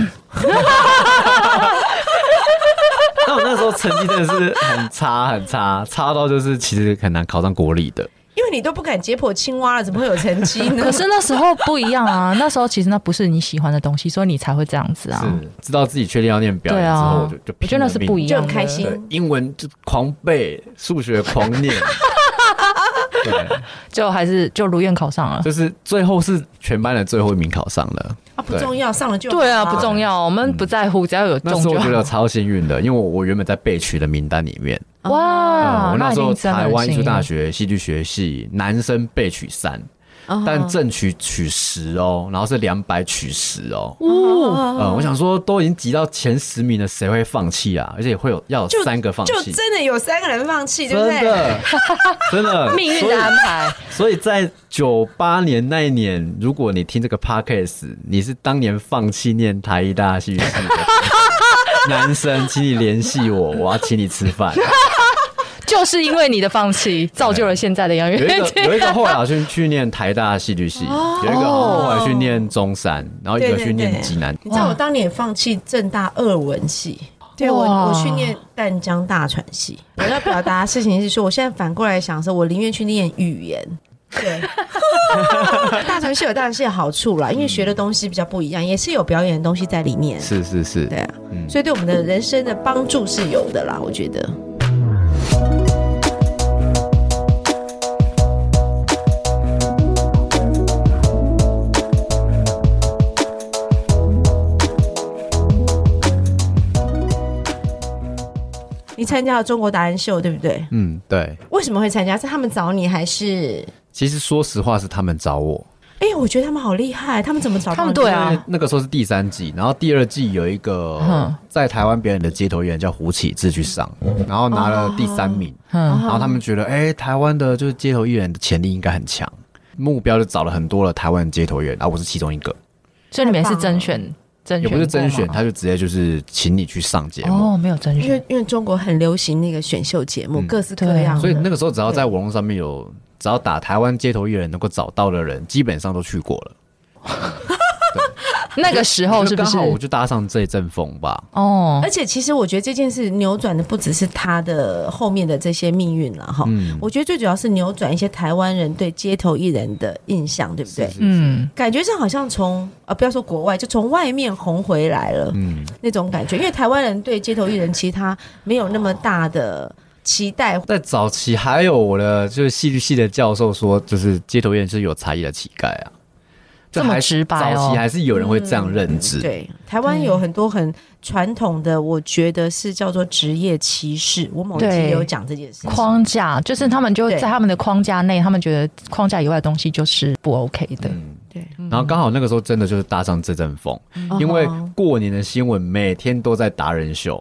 Speaker 1: 但我那时候成绩真的是很差，很差，差到就是其实很难考上国立的。
Speaker 2: 因为你都不敢解剖青蛙了，怎么会有成绩呢？
Speaker 3: 可是那时候不一样啊，那时候其实那不是你喜欢的东西，所以你才会这样子啊。
Speaker 1: 是，知道自己确定要念表
Speaker 3: 对
Speaker 1: 演之后，
Speaker 3: 啊
Speaker 1: 我就就，
Speaker 3: 我
Speaker 1: 拼
Speaker 3: 觉得那
Speaker 1: 了
Speaker 3: 是
Speaker 1: 命
Speaker 3: 不一
Speaker 2: 就
Speaker 3: 样
Speaker 2: 很
Speaker 3: 的。
Speaker 2: 开心
Speaker 1: 对，英文就狂背，数学狂 念。对，
Speaker 3: 就还是就如愿考上 了。
Speaker 1: 就是最后是全班的最后一名考上了。
Speaker 2: 啊，不重要，上了就好
Speaker 3: 对啊，不重要，我们不在乎，只要有
Speaker 1: 嗯那
Speaker 3: 中
Speaker 1: 时候
Speaker 3: 就
Speaker 1: 我觉
Speaker 3: 好。
Speaker 1: 得超幸运的，因为我我原本在备取的名单里面， 啊，
Speaker 3: 哇，
Speaker 1: 我那
Speaker 3: 一
Speaker 1: 时候
Speaker 3: 定真的
Speaker 1: 台湾
Speaker 3: 很
Speaker 1: 艺
Speaker 3: 幸
Speaker 1: 术
Speaker 3: 运。
Speaker 1: 大学戏剧学系男生备取三，但正取取十哦，然后是两百取十哦。
Speaker 3: 哦，
Speaker 1: 呃，我想说都已经挤到前十名了，谁会放弃啊？而且会有要有三个放
Speaker 2: 就
Speaker 1: 弃，
Speaker 2: 真的有三个人放弃，对不
Speaker 1: 真
Speaker 2: 对？
Speaker 1: 的真 的
Speaker 3: 命运的安排，
Speaker 1: 所以所以在九八年那一年，如果你听这个 podcast，你是当年放弃念台艺大戏剧系的男生，请你联系我，我要请你吃 饭。
Speaker 3: 就是因为你的放 弃，造就了现在的杨
Speaker 1: 有一
Speaker 3: 元
Speaker 1: 个有一个后来去去念台大戏剧系，有一个后来去念中山，然后一个
Speaker 2: 哦对对
Speaker 1: 去念
Speaker 2: 对
Speaker 1: 济南。
Speaker 2: 你知道我当年也放弃正大二文系，对我
Speaker 3: 哇
Speaker 2: 我去念淡江大传系。我要表达的事情是说，我现在反过来想说，我宁愿去念语言。对， 大传系有大传系的好处啦，因为学的东西比较不一样，也是有表演的东西在里面。
Speaker 1: 是是是，
Speaker 2: 对啊，
Speaker 1: 嗯
Speaker 2: 所以对我们的人生的帮助是有的啦，我觉得。你参加了中国达人秀，对不对？
Speaker 1: 嗯，对。
Speaker 2: 为什么会参加？是他们找你，还是？
Speaker 1: 其实说实话是他们找我，
Speaker 2: 哎、我觉得他们好厉害，他们怎么找到你？
Speaker 3: 他们对啊
Speaker 1: 因为那个时候是第三季，然后第二季有一个
Speaker 3: 嗯
Speaker 1: 在台湾表演的街头艺人叫胡启志去上，然后拿了第三名，
Speaker 3: 嗯
Speaker 1: 然后他们觉得，哎、台湾的就是街头艺人的潜力应该很强，目标就找了很多的台湾街头艺人，啊然后我是其中一个，
Speaker 3: 所以你们也是甄选，甄选
Speaker 1: 也不是甄选，
Speaker 3: 过吗
Speaker 1: 他就直接就是请你去上节目。
Speaker 3: 哦，没有甄
Speaker 2: 因
Speaker 3: 选
Speaker 2: 为因为中国很流行那个选秀节目，
Speaker 1: 嗯
Speaker 2: 各式各
Speaker 3: 对啊
Speaker 2: 样的，
Speaker 1: 所以那个时候，只要在网络上面有，只要打台湾街头艺人能够找到的人，基本上都去过了。
Speaker 3: 那个时候是不
Speaker 1: 就刚
Speaker 3: 是
Speaker 1: 好？我就搭上这一阵风吧。
Speaker 3: 哦，
Speaker 2: 而且其实我觉得这件事扭转的不只是他的后面的这些命运了哈，
Speaker 1: 嗯
Speaker 2: 我觉得最主要是扭转一些台湾人对街头艺人的印象，对不对？
Speaker 3: 嗯，
Speaker 2: 感觉上好像从啊，不要说国外，就从外面红回来了，嗯，那种感觉。因为台湾人对街头艺人其实他没有那么大的期待，
Speaker 1: 在早期，还有我的就是戏剧系的教授说，就是街头艺人是有才艺的乞丐啊，就
Speaker 3: 这么
Speaker 1: 还是
Speaker 3: 直白哦嗯
Speaker 1: 早期还是有人会这样认知，
Speaker 2: 对，台湾有很多很传统的，我觉得是叫做职业歧视。我某一集
Speaker 3: 对
Speaker 2: 有讲这件事情，
Speaker 3: 框架就是他们就
Speaker 2: 对
Speaker 3: 在他们的框架内，他们觉得框架以外的东西就是不 OK 的。
Speaker 1: 嗯
Speaker 2: 对，
Speaker 3: 嗯
Speaker 1: 然后刚好那个时候真的就是搭上这阵风，因为
Speaker 2: 嗯
Speaker 1: 过年的新闻每天都在达 人秀，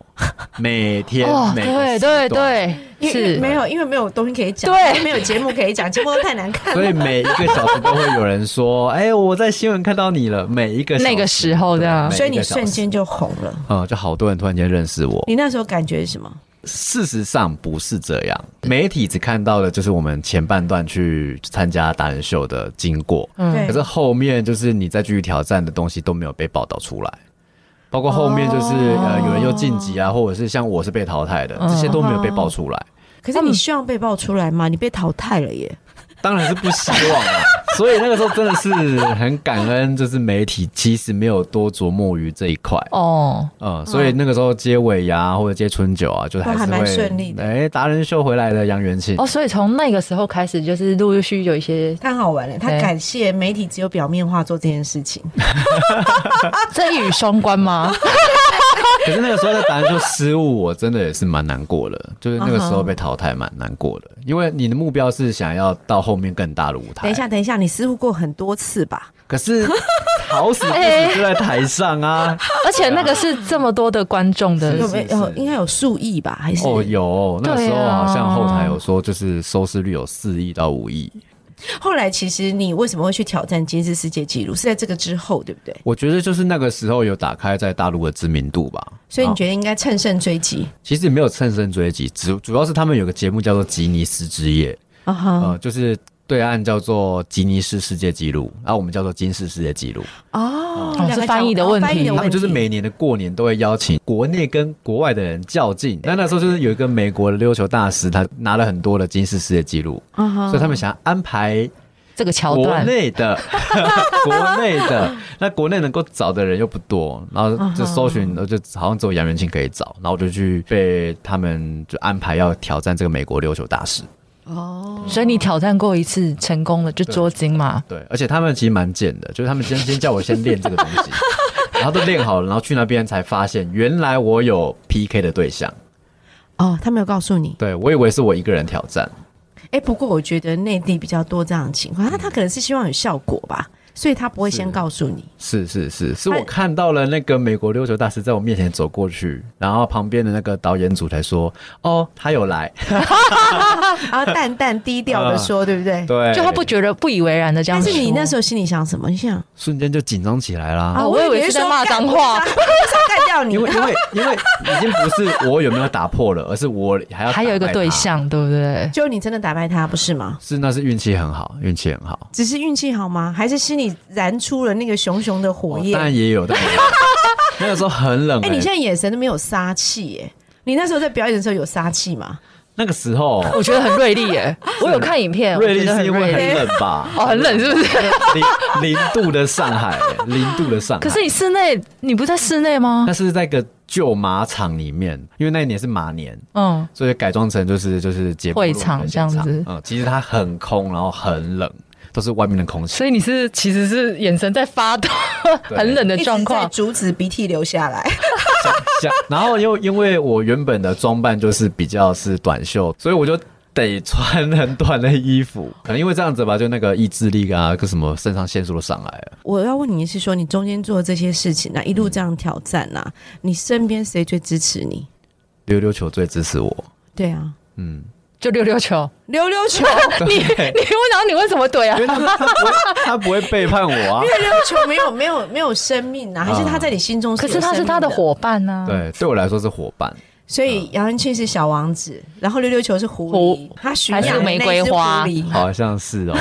Speaker 1: 每天
Speaker 3: 哦，
Speaker 1: 每
Speaker 3: 对
Speaker 1: 个
Speaker 3: 对
Speaker 1: 时段，
Speaker 3: 对，
Speaker 2: 因为
Speaker 3: 是
Speaker 2: 没有，因为没有东西可以讲，
Speaker 3: 对
Speaker 2: 因为没有节目可以 讲，节目都太难看
Speaker 1: 所
Speaker 2: 了。
Speaker 1: 以每一个小时都会有人说：“哎，我在新闻看到你了。”每一个小
Speaker 3: 那个时候这样
Speaker 1: 对
Speaker 2: 所以
Speaker 1: 每
Speaker 2: 你
Speaker 1: 一个小时
Speaker 2: 瞬间就红了。
Speaker 1: 呃，就好多人突然间认识我。
Speaker 2: 你那时候感觉是什么？
Speaker 1: 事实上不是这样，媒体只看到了就是我们前半段去参加达人秀的经过，
Speaker 3: 嗯
Speaker 2: 对
Speaker 1: 可是后面就是你再继续挑战的东西都没有被报道出来。包括后面就是、
Speaker 2: 哦
Speaker 1: 呃，有人又晋级啊，或者是像我是被淘汰的，
Speaker 2: 嗯
Speaker 1: 这些都没有被 爆出来，
Speaker 2: 可是你希望被爆出来吗？你被淘汰了耶！
Speaker 1: 当然是不希望啊。所以那个时候真的是很感恩，就是媒体其实没有多琢磨于这一块。
Speaker 3: 哦，
Speaker 1: 嗯，所以那个时候接尾牙或者接春酒啊，就是还
Speaker 2: 都还
Speaker 1: 是
Speaker 2: 蛮
Speaker 1: 会
Speaker 2: 顺利的
Speaker 1: 哎、达人秀回来的杨元庆，
Speaker 3: 哦，所以从那个时候开始，就是陆陆续续有一些，
Speaker 2: 他很好玩嘞，他
Speaker 3: 对
Speaker 2: 感谢媒体只有表面化做这件事情，
Speaker 3: 这一语双关吗？
Speaker 1: 可是那个时候在达人秀失误，我真的也是蛮难过的，就是那个时候被淘汰蛮难过的，因为你的目标是想要到后面更大的舞台。
Speaker 2: 等一下，，等一下，你似乎过很多次吧？
Speaker 1: 可是好 死不死就在台上 啊！
Speaker 3: 而且那个是这么多的观众的
Speaker 2: 有
Speaker 1: 是
Speaker 2: 没有？应该有数亿吧？还是
Speaker 1: 哦，有那个时候
Speaker 3: 对啊
Speaker 1: 好像后台有说，就是收视率有四亿到五亿。
Speaker 2: 后来其实你为什么会去挑战吉尼斯世界纪录？是在这个之后，对不对？
Speaker 1: 我觉得就是那个时候有打开在大陆的知名度吧。
Speaker 2: 所以你
Speaker 1: 得？
Speaker 2: 觉得应该乘胜追击？
Speaker 1: 其实也没有乘胜追击，主主要是他们有个节目叫做《吉尼斯之夜》，
Speaker 2: 啊哈
Speaker 1: 呃，就是对岸叫做吉尼斯世界纪录，然、后我们叫做金氏世界纪录。
Speaker 2: 哦
Speaker 3: 哦
Speaker 2: 两个
Speaker 3: 是翻译的
Speaker 2: 角
Speaker 3: 问题
Speaker 2: 哦翻译的
Speaker 3: 有
Speaker 1: 他
Speaker 2: 问
Speaker 1: 们
Speaker 2: 题
Speaker 1: 就是每年的过年都会邀请国内跟国外的人较劲。那那时候就是有一个美国的溜球大师，他拿了很多的金氏世界纪录，
Speaker 2: 啊哈
Speaker 1: 所以他们想要安排
Speaker 3: 这个桥
Speaker 1: 国
Speaker 3: 段，
Speaker 1: 内 的，国内的，那国内能够找的人又不多，然后就搜
Speaker 2: 嗯
Speaker 1: 寻，呃就好像只有杨元庆可以找，然后我就去被他们就安排要挑战这个美国溜球大师。
Speaker 2: 哦，
Speaker 3: 所以你挑战过一次成功了，就捉金嘛。
Speaker 1: 对，而且他们其实蛮贱的，就是他们先先叫我先练这个东 西，然后都练好了，然后去那边才发现，原来我有 PK 的对象。
Speaker 2: 哦，他没有告诉你。
Speaker 1: 对我以为是我一个人挑战，
Speaker 2: 哎、不过我觉得内地比较多这样的情况，那他可能是希望有效果吧，所以他不会先告诉你。
Speaker 1: 嗯是是是，
Speaker 3: 哎
Speaker 1: 是我
Speaker 2: 他
Speaker 1: 看到了那个美国溜球大师在我面前走过去，然后旁边的那个导演组才说，哦，他有来，
Speaker 2: 然后淡淡低调的说，对不对？
Speaker 1: 啊 对，
Speaker 3: 就他不觉得不以为然的这样
Speaker 2: 但
Speaker 3: 说。
Speaker 2: 是你那时候心里想什么？你想
Speaker 1: 瞬间就紧张起来啦。
Speaker 3: 啊我以为是在骂脏话
Speaker 2: 我以为是要干 掉你
Speaker 1: 因。为因为因为已经不是我有没有打破了，而是我还要
Speaker 3: 还有一个
Speaker 1: 打败他
Speaker 3: 对，象，对不对？
Speaker 2: 就你真的打败他，不是吗？
Speaker 1: 是那是运气很好，运气很好。
Speaker 2: 只是运气好吗？还是心里燃出了那个熊熊的火
Speaker 1: 哦
Speaker 2: 焰？
Speaker 1: 当然
Speaker 2: 哎、
Speaker 1: 也有，但 那个时候很
Speaker 3: 哎
Speaker 1: 冷、欸。
Speaker 2: 你现在眼神都没有杀气耶！你那时候在表演的时候有杀气吗？
Speaker 1: 那个 时候，
Speaker 3: 我觉得很锐利耶，我有看影 片，
Speaker 1: 瑞
Speaker 3: 我
Speaker 1: 丽
Speaker 3: 觉得
Speaker 1: 是因为
Speaker 3: 锐利
Speaker 1: 很冷吧？
Speaker 3: 哦，很冷是不是？
Speaker 1: 零零度的上海、欸零度的上海。
Speaker 3: 可是你室内，你不在室内吗
Speaker 1: 那？是在一个旧马场里面，因为那一年是马年，
Speaker 3: 嗯，
Speaker 1: 所以改装成就是就是节目
Speaker 3: 会
Speaker 1: 录的
Speaker 3: 场
Speaker 1: 现
Speaker 3: 这样子
Speaker 1: 嗯，其实它很空，然后很冷，都是外面的空气。
Speaker 3: 所以你是其实是眼神在发抖，
Speaker 1: 对
Speaker 3: 很冷的状
Speaker 2: 一直
Speaker 3: 况
Speaker 2: 在。阻止鼻涕流下来。
Speaker 1: 这样然后又因为我原本的装扮就是比较是短袖，所以我就得穿很短的衣服。可能因为这样子吧，就那个意志力啊，跟什么肾上腺素都上来了。
Speaker 2: 我要问你的是说，你中间做这些事情啊，一路这样挑战啊，你身边谁最支持你？
Speaker 1: 溜溜球最支持我，
Speaker 2: 对啊，
Speaker 1: 嗯，
Speaker 3: 就溜溜球，
Speaker 2: 溜溜 球，
Speaker 3: 你 你我想你为什么怼啊
Speaker 1: 因？为他他不会他不会背叛我 啊。
Speaker 2: 溜溜球没有没有没有生命啊，还是他在你心中
Speaker 3: 可
Speaker 2: 有
Speaker 3: 是他是
Speaker 2: 生命
Speaker 3: 他的
Speaker 2: 的，
Speaker 3: 伙伴呐、啊，
Speaker 1: 对，对我来说是伙伴。
Speaker 2: 所以杨元庆是小王子，然后溜溜球是狐狸，他驯
Speaker 3: 还
Speaker 2: 养
Speaker 3: 是
Speaker 2: 的那
Speaker 3: 玫
Speaker 2: 只
Speaker 3: 瑰花
Speaker 2: 狐狸
Speaker 1: 好像是 哦，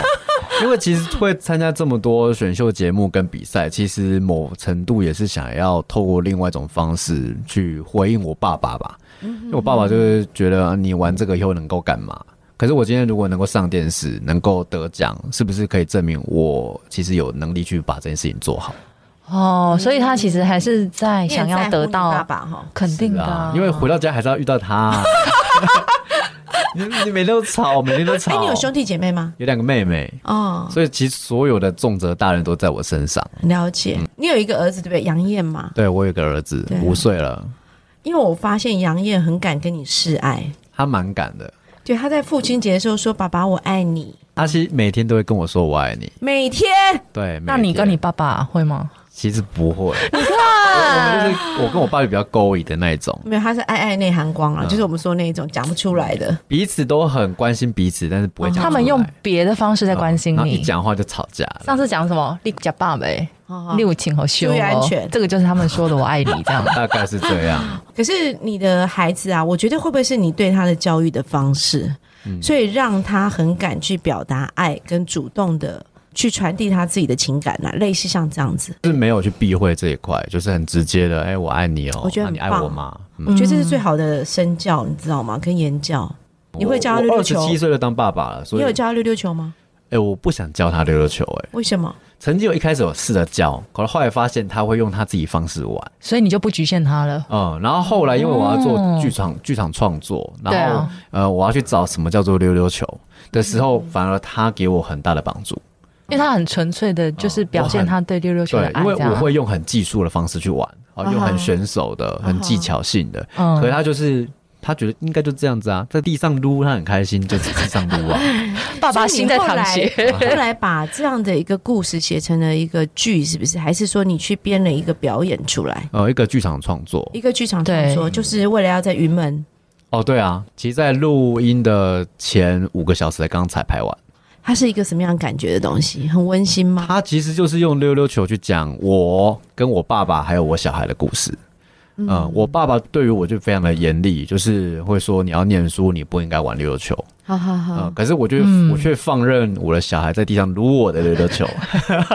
Speaker 1: 因为其实会参加这么多选秀节目跟比赛，其实某程度也是想要透过另外一种方式去回应我爸爸吧。
Speaker 2: 嗯
Speaker 1: 因为我爸爸就是觉得啊你玩这个以后能够干嘛？可是我今天如果能够上电视，能够得奖，是不是可以证明我其实有能力去把这件事情做好？
Speaker 3: 哦，所以他其实还是在想
Speaker 2: 嗯你
Speaker 3: 要
Speaker 2: 很在乎
Speaker 3: 得
Speaker 2: 你
Speaker 3: 到
Speaker 2: 爸哦爸哈。
Speaker 3: 肯定
Speaker 1: 是
Speaker 3: 的、
Speaker 1: 啊，因为回到家还是要遇到他、 你你每天都吵，每天都
Speaker 2: 哎，
Speaker 1: 吵。
Speaker 2: 你有兄弟姐妹吗？
Speaker 1: 有两个妹妹，
Speaker 2: 哦，
Speaker 1: 所以其实所有的重责大人都在我身上。
Speaker 2: 了解。你有一个儿子对不对？杨燕嘛，
Speaker 1: 对我有个儿子
Speaker 2: 对啊
Speaker 1: 五岁了，
Speaker 2: 因为我发现杨燕很敢跟你示爱，
Speaker 1: 他蛮敢的，
Speaker 2: 对，他在父亲节的时候说：“爸爸，我爱你。
Speaker 1: 阿西每天都会跟我说我爱你”。
Speaker 2: 每天
Speaker 1: 对，每
Speaker 3: 那你
Speaker 1: 天
Speaker 3: 跟你爸爸会吗？
Speaker 1: 其实不会，你看，我们就是我跟我爸比较勾引的那一种，
Speaker 2: 没有，他是爱爱内涵光
Speaker 1: 嗯
Speaker 2: 啊，就是我们说那一种讲不出来的。
Speaker 1: 彼此都很关心彼此，但是不会
Speaker 2: 哦
Speaker 1: 讲出来。
Speaker 3: 他们用别的方式在关心
Speaker 1: 然后一
Speaker 3: 你。
Speaker 1: 讲话就吵架了。
Speaker 3: 上次讲什么？你假爸呗，
Speaker 2: 哦
Speaker 3: 六亲和修
Speaker 2: 注意安全
Speaker 3: 这个就是他们说的“我爱你”
Speaker 1: 。
Speaker 3: 这样
Speaker 1: 大概是这 样，
Speaker 2: 可是你的孩子啊，我觉得会不会是你对他的教育的方式，
Speaker 1: 嗯
Speaker 2: 所以让他很敢去表达爱，跟主动的去传递他自己的情感啊，类似像这样子，
Speaker 1: 就是没有去避讳这一块，就是很直接的，哎、我爱你哦、
Speaker 2: 我觉得
Speaker 1: 那
Speaker 2: 很
Speaker 1: 你爱
Speaker 2: 棒
Speaker 1: 我吗？嗯
Speaker 2: 我觉得这是最好的身教，你知道吗？跟言教，你会教他溜
Speaker 1: 我
Speaker 2: 溜
Speaker 1: 二十
Speaker 2: 球
Speaker 1: 七岁就当爸爸了，所
Speaker 2: 你
Speaker 1: 以
Speaker 2: 有教他溜溜球吗？
Speaker 1: 哎、我不想教他溜溜球、哎，
Speaker 2: 为什么？
Speaker 1: 曾经我一开始我试着教，可是后来发现他会用他自己方式玩，
Speaker 3: 所以你就不局限他了。
Speaker 1: 嗯，然后后来因为我要做剧场、剧场创作，然
Speaker 3: 对
Speaker 1: 后、
Speaker 3: 啊
Speaker 1: 呃，我要去找什么叫做溜溜球的时候，反而他给我很大的帮助。
Speaker 3: 因为他很纯粹的，就是表现他对溜溜球的
Speaker 1: 对，
Speaker 3: 爱，
Speaker 1: 因为
Speaker 3: 这样
Speaker 1: 哦我会用很技术的方式去玩，啊，用很选手的、很技巧性的，
Speaker 3: 嗯
Speaker 1: 可是他就是。他觉得应该就这样子啊，在地上撸，他很开心，就在地上撸 啊。
Speaker 3: 爸爸心在淌血，
Speaker 2: 所以你后来 后来把这样的一个故事写成了一个剧，是不是？还是说你去编了一个表演出来？
Speaker 1: 呃，一个剧场创作，
Speaker 2: 一个剧场创作，就是为了要在云门，
Speaker 1: 哦，对啊，其实，在录音的前五个小时才刚彩排完。
Speaker 2: 它是一个什么样感觉的东西？很温馨吗？
Speaker 1: 他其实就是用溜溜球去讲我跟我爸爸还有我小孩的故事。嗯，我爸爸对于我就非常的严厉，就是会说你要念书，你不应该玩溜溜球。
Speaker 2: 好好好，
Speaker 1: 嗯，可是我就、我却放任我的小孩在地上撸我的溜溜 球。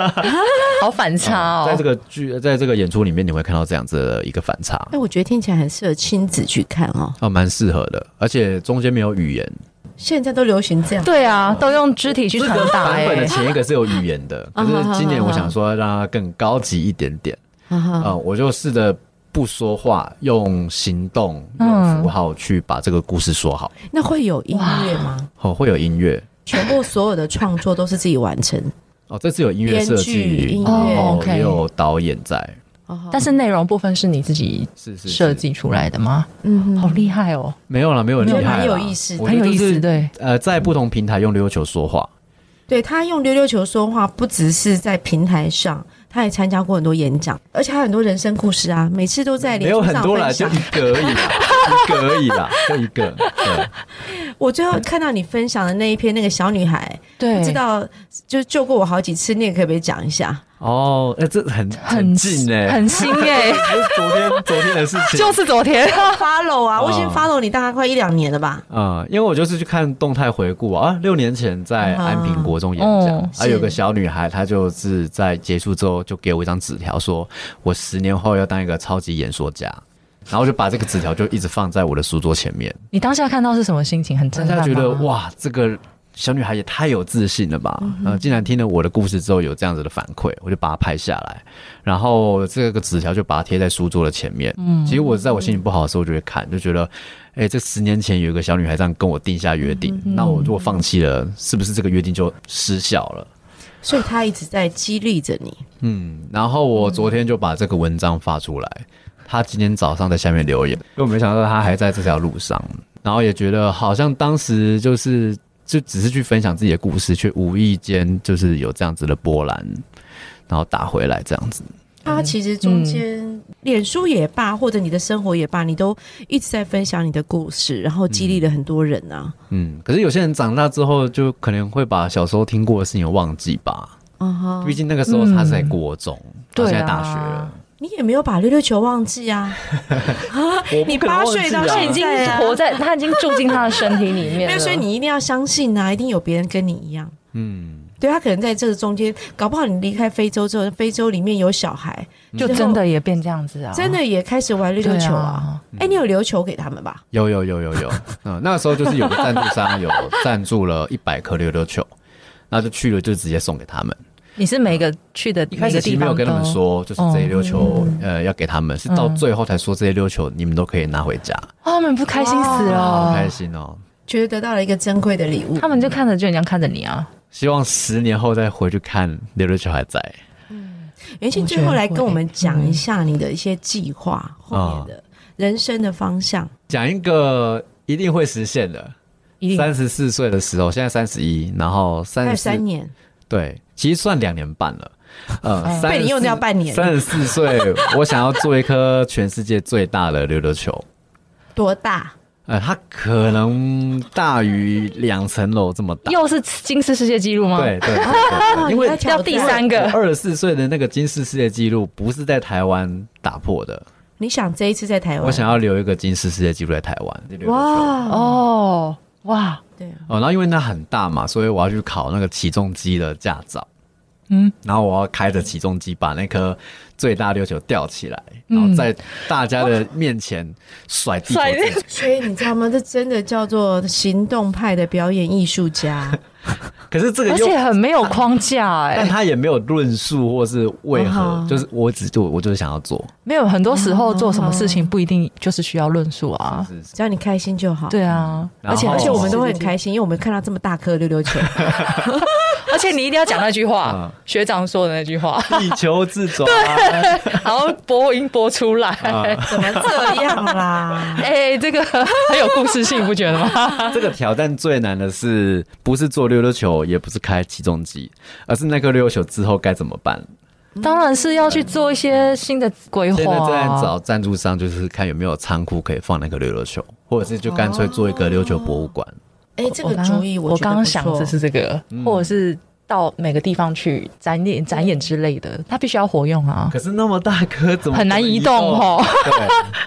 Speaker 3: 好反差
Speaker 1: 嗯
Speaker 3: 哦。
Speaker 1: 在这个剧，在这个演出里面，你会看到这样子的一个反差，
Speaker 2: 哎，我觉得听起来很适合亲子去看哦。
Speaker 1: 哦，蛮适合的，而且中间没有语言。
Speaker 2: 现在都流行这样，
Speaker 3: 对啊，都用肢体去
Speaker 1: 这
Speaker 3: 传
Speaker 1: 个
Speaker 3: 达、
Speaker 1: 版本
Speaker 3: 欸，
Speaker 1: 的前一个是有语言 的，可是今年我想说让它更高级一点点。
Speaker 2: 哈哈，
Speaker 1: 呃，
Speaker 3: 嗯
Speaker 1: 我就试着不说话，用行动、
Speaker 3: 嗯
Speaker 1: 用符号去把这个故事说好。
Speaker 2: 那会有音乐吗？
Speaker 1: 哦，会有音乐
Speaker 2: 全部所有的创作都是自己完成，
Speaker 1: 哦，这次有音乐设
Speaker 2: 编剧
Speaker 1: 计
Speaker 2: 音，乐
Speaker 1: 然
Speaker 3: 哦
Speaker 1: 后
Speaker 3: ，OK
Speaker 1: 也有导演在，
Speaker 2: 哦
Speaker 3: 但是内容部分是你自己
Speaker 1: 是是是
Speaker 3: 设计出来的吗？
Speaker 2: 嗯
Speaker 3: 好厉害哦，
Speaker 1: 没有了，没有人
Speaker 2: 没有
Speaker 1: 厉害啦，
Speaker 2: 蛮有意思的
Speaker 1: 我
Speaker 3: 很
Speaker 1: 觉得
Speaker 3: 有意
Speaker 1: 就是
Speaker 3: 思，。对。
Speaker 1: 呃，在不同平台用溜溜球说话，
Speaker 2: 对他用溜溜球说话，不只是在平台上，他也参加过很多演讲，而且还有很多人生故事啊，每次都在
Speaker 1: 没
Speaker 2: 脸
Speaker 1: 有
Speaker 2: 书
Speaker 1: 很
Speaker 2: 上
Speaker 1: 多啦，
Speaker 2: 分
Speaker 1: 就
Speaker 2: 享。
Speaker 1: 一个而已啦，一个而已啦，就一个。对，
Speaker 2: 我最后看到你分享的那一篇，那个小女孩，
Speaker 3: 对，
Speaker 2: 不知道就救过我好几次，你也可不可以讲一下？
Speaker 1: 哦，哎，这很
Speaker 3: 很
Speaker 1: 近哎，
Speaker 3: 很新哎、
Speaker 1: 这是昨天昨天的事情，
Speaker 3: 就是昨天
Speaker 2: follow
Speaker 3: 嗯
Speaker 2: 啊，我已经
Speaker 1: 哦
Speaker 2: follow 你大概快一两年了吧。
Speaker 1: 嗯，因为我就是去看动态回顾啊，啊六年前在安平国中演讲，
Speaker 3: 嗯
Speaker 1: 啊，有个小女孩，她就是在结束之后就给我一张纸条，说我十年后要当一个超级演说家，然后就把这个纸条就一直放在我的书桌前面，
Speaker 3: 你当下看到是什么心情？很
Speaker 1: 大
Speaker 3: 震撼吗
Speaker 1: 家觉得哇，这个小女孩也太有自信了吧，嗯、竟然听了我的故事之后有这样子的反馈，我就把它拍下来，然后这个纸条就把它贴在书桌的前面，嗯，其实我在我心情不好的时候，我就会看，就觉得。哎、这十年前有一个小女孩这样跟我定下约定，
Speaker 3: 嗯
Speaker 1: 那我如果放弃了，是不是这个约定就失效了？
Speaker 2: 所以他一直在激励着你。
Speaker 1: 嗯，然后我昨天就把这个文章发出来，她今天早上在下面留言，因为我没想到她还在这条路上，然后也觉得好像当时就是就只是去分享自己的故事，却无意间就是有这样子的波澜，然后打回来这样子。
Speaker 3: 嗯
Speaker 2: 他其实中间，脸书也罢，或者你的生活也罢，你都一直在分享你的故事，然后激励了很多人啊。
Speaker 1: 嗯，可是有些人长大之后就可能会把小时候听过的事情忘记吧，
Speaker 2: 嗯哼，
Speaker 1: 毕竟那个时候她是在国中，她
Speaker 3: 对
Speaker 1: 现在
Speaker 3: 啊
Speaker 1: 大学了。
Speaker 2: 你也没有把溜溜球忘记啊。
Speaker 1: 我
Speaker 2: 你八岁到
Speaker 3: 啊他已
Speaker 2: 现
Speaker 3: 经
Speaker 2: 在啊
Speaker 3: 活在，他已经住进他的身体里面
Speaker 2: 没
Speaker 3: 了。
Speaker 2: 有，所以你一定要相信啊，一定有别人跟你一样。
Speaker 1: 嗯，
Speaker 2: 对他可能在这个中间，搞不好你离开非洲之后，非洲里面有小孩，
Speaker 3: 嗯就真的也变这样子啊，
Speaker 2: 真的也开始玩溜溜球啊。
Speaker 3: 啊。
Speaker 2: 哎、你有留球给他们吧？
Speaker 1: 有有有有有，嗯，那个时候就是有个赞助商有赞助了一百颗溜溜球，那就去了就直接送给他们。
Speaker 3: 你是每个去的
Speaker 1: 一开始其实没有跟他们，说，就是这些溜球、呃要给他们，是到最后才说这些溜球你们都可以拿回家，
Speaker 3: 哦他们不开心死
Speaker 1: 好
Speaker 3: 了
Speaker 1: 开，心哦！
Speaker 2: 觉得得到了一个珍贵的礼物。
Speaker 3: 他们就看着就人家看着你啊，
Speaker 1: 希望十年后再回去看溜溜球还在。
Speaker 2: 袁庆最后来跟我们讲一下你的一些计划，后面的人生的方向。
Speaker 1: 讲一个一定会实现的，
Speaker 3: 一定
Speaker 1: 三十四岁的时候，现在三十一，然后三
Speaker 2: 还有
Speaker 1: 十四
Speaker 2: 三年，
Speaker 1: 对，其实算两年半了。呃，
Speaker 2: 被你用掉半年
Speaker 1: 三十 四岁，我想要做一颗全世界最大的溜溜球。
Speaker 2: 多大？
Speaker 1: 呃，它可能大于两层楼这么大。
Speaker 3: 又是金氏世界纪录吗？
Speaker 1: 对，对对 对对，因为
Speaker 2: 啊你在挑
Speaker 3: 要
Speaker 2: 战
Speaker 3: 第三个，
Speaker 1: 二十四岁的那个金氏世界纪录不是在台湾打破的，
Speaker 2: 你想这一次在
Speaker 3: 哦
Speaker 2: 台湾？
Speaker 1: 我想要留一个金氏世界纪录在台湾。溜溜球
Speaker 2: 哇哦，
Speaker 3: 哦，哇，
Speaker 2: 对，
Speaker 1: 哦，然后因为那很大嘛，所以我要去考那个起重机的驾照。嗯，然后我要开着起重机把那颗最大溜球吊起来，然后在大家的面前甩地
Speaker 3: 嗯
Speaker 1: 球
Speaker 3: 甩
Speaker 1: 自由
Speaker 2: 所以你知道吗？这真的叫做行动派的表演艺术 家。
Speaker 1: 可是这个
Speaker 3: 而
Speaker 1: 又
Speaker 3: 且很没有框架哎、
Speaker 1: 但他也没有论述或是为
Speaker 2: 嗯
Speaker 3: 哦
Speaker 1: 何
Speaker 2: 哼，
Speaker 1: 就是我只就我就是想要做，
Speaker 3: 没有很多时候做什么事情不一定就是需要论述啊。
Speaker 1: 是是
Speaker 2: 只要你开心就好。，
Speaker 3: 对啊，
Speaker 1: 然
Speaker 3: 而且
Speaker 1: 后
Speaker 2: 而且我们都会很开心，因为我们看到这么大颗的溜溜 球。
Speaker 3: 而且你一定要讲那句话
Speaker 1: 嗯，
Speaker 3: 学长说的那句话，
Speaker 1: 地球自 转。
Speaker 3: 啊然后播音播出来。
Speaker 2: 怎么这样啦？
Speaker 3: 哎、这个很有故事性，不觉得吗？
Speaker 1: 这个挑战最难的是，不是做溜溜球，也不是开起重机，而是那个溜溜球之后该怎么办？
Speaker 3: 当然是要去做一些新的规
Speaker 1: 现
Speaker 3: 划、
Speaker 1: 在正在
Speaker 3: 啊。
Speaker 1: 找赞助商，就是看有没有仓库可以放那个溜溜球，或者是就干脆做一个溜球博物馆。
Speaker 2: 哎、这个主意
Speaker 3: 我
Speaker 2: 觉得
Speaker 3: 刚
Speaker 2: 不
Speaker 3: 刚想
Speaker 2: 错
Speaker 3: 的是这个，或者是到每个地方去展演、展演之类的，它必须要活用啊，
Speaker 1: 可是那么大颗，怎么
Speaker 3: 很难移动哦。
Speaker 1: 对，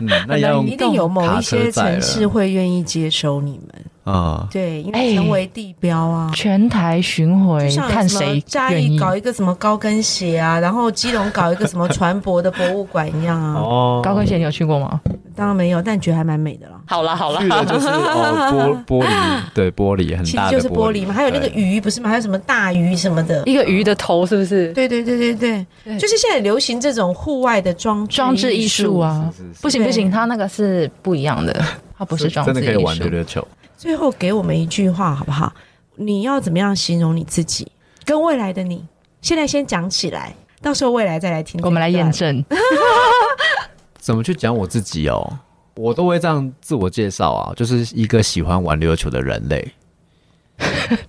Speaker 1: 嗯，
Speaker 3: 哎
Speaker 1: 那要
Speaker 2: 一定有某一些城市
Speaker 1: 啊
Speaker 2: 会愿意接收你们，、对，因为
Speaker 3: 哎
Speaker 2: 成为地标啊。
Speaker 3: 全台巡回
Speaker 2: 就像
Speaker 3: 看
Speaker 2: 什么
Speaker 3: 谁
Speaker 2: 嘉
Speaker 3: 愿
Speaker 2: 义
Speaker 3: 意。
Speaker 2: 搞一个什么高跟鞋啊，然后基隆搞一个什么船舶的博物馆一样啊，
Speaker 1: 哦
Speaker 3: 高跟鞋你有去过吗？
Speaker 2: 当然没有，但觉得还蛮美的啦。
Speaker 3: 好啦好啦
Speaker 1: 去，的就 是哦玻玻璃，对玻璃很
Speaker 2: 其
Speaker 1: 大
Speaker 2: 实
Speaker 1: 的
Speaker 2: 就是玻璃嘛，还有那个
Speaker 1: 对
Speaker 2: 鱼不是吗？还有什么大鱼什么的。
Speaker 3: 一个鱼的头是不是？
Speaker 2: 对对对对对，
Speaker 3: 对
Speaker 2: 就是现在流行这种户外的装
Speaker 3: 装置艺术
Speaker 2: 术。
Speaker 3: 啊
Speaker 1: 是是是，
Speaker 3: 不行
Speaker 2: 对
Speaker 3: 不行，它那个是不一样的，它不是装置
Speaker 1: 真的可以
Speaker 3: 艺
Speaker 1: 玩溜
Speaker 3: 术。
Speaker 1: 溜球。
Speaker 2: 最后给我们一句话好不好？你要怎么样形容你自己跟未来的你？现在先讲起来，到时候未来再来听。
Speaker 3: 我们来验。证，
Speaker 1: 怎么去讲我自己哦？我都会这样自我介绍啊，就是一个喜欢玩溜溜球的人类，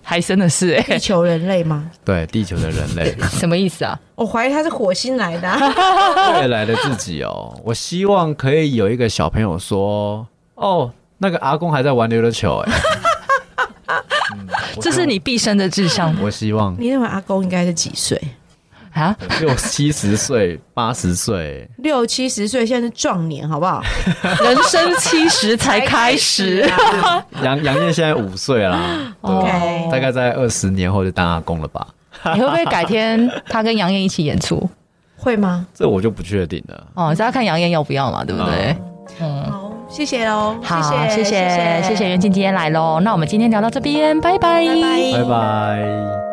Speaker 3: 还真的是哎、
Speaker 2: 地球人类吗？
Speaker 1: 对地球的人类，
Speaker 3: 什么意思啊？
Speaker 2: 我怀疑他是火星来的、啊。
Speaker 1: 未来的自己哦。我希望可以有一个小朋友说：“哦，那个阿公还在玩溜溜球。” 哎，嗯
Speaker 3: 这是，你毕生的志向
Speaker 1: 我希望
Speaker 2: 你认为阿公应该是几岁？
Speaker 3: 啊！
Speaker 1: 我希望六七十岁、八十岁，
Speaker 2: 六七十岁，现在是壮年，好不好？
Speaker 3: 人生七十才开始，
Speaker 2: 啊
Speaker 1: 杨杨烨现在五岁啦，
Speaker 2: OK
Speaker 1: 对， 大概在二十年后就当阿公了吧？
Speaker 3: 哦 你会不会改天他跟杨燕一起演出？
Speaker 2: 会吗？
Speaker 1: 这我就不确定了。
Speaker 3: 哦，大家看杨燕要不要嘛，对不对？嗯，
Speaker 2: 好，谢谢喽，
Speaker 3: 好，谢
Speaker 2: 啊谢
Speaker 3: 谢谢谢袁静今天来喽。那我们今天聊到这边，拜拜
Speaker 2: 拜拜
Speaker 1: 拜拜。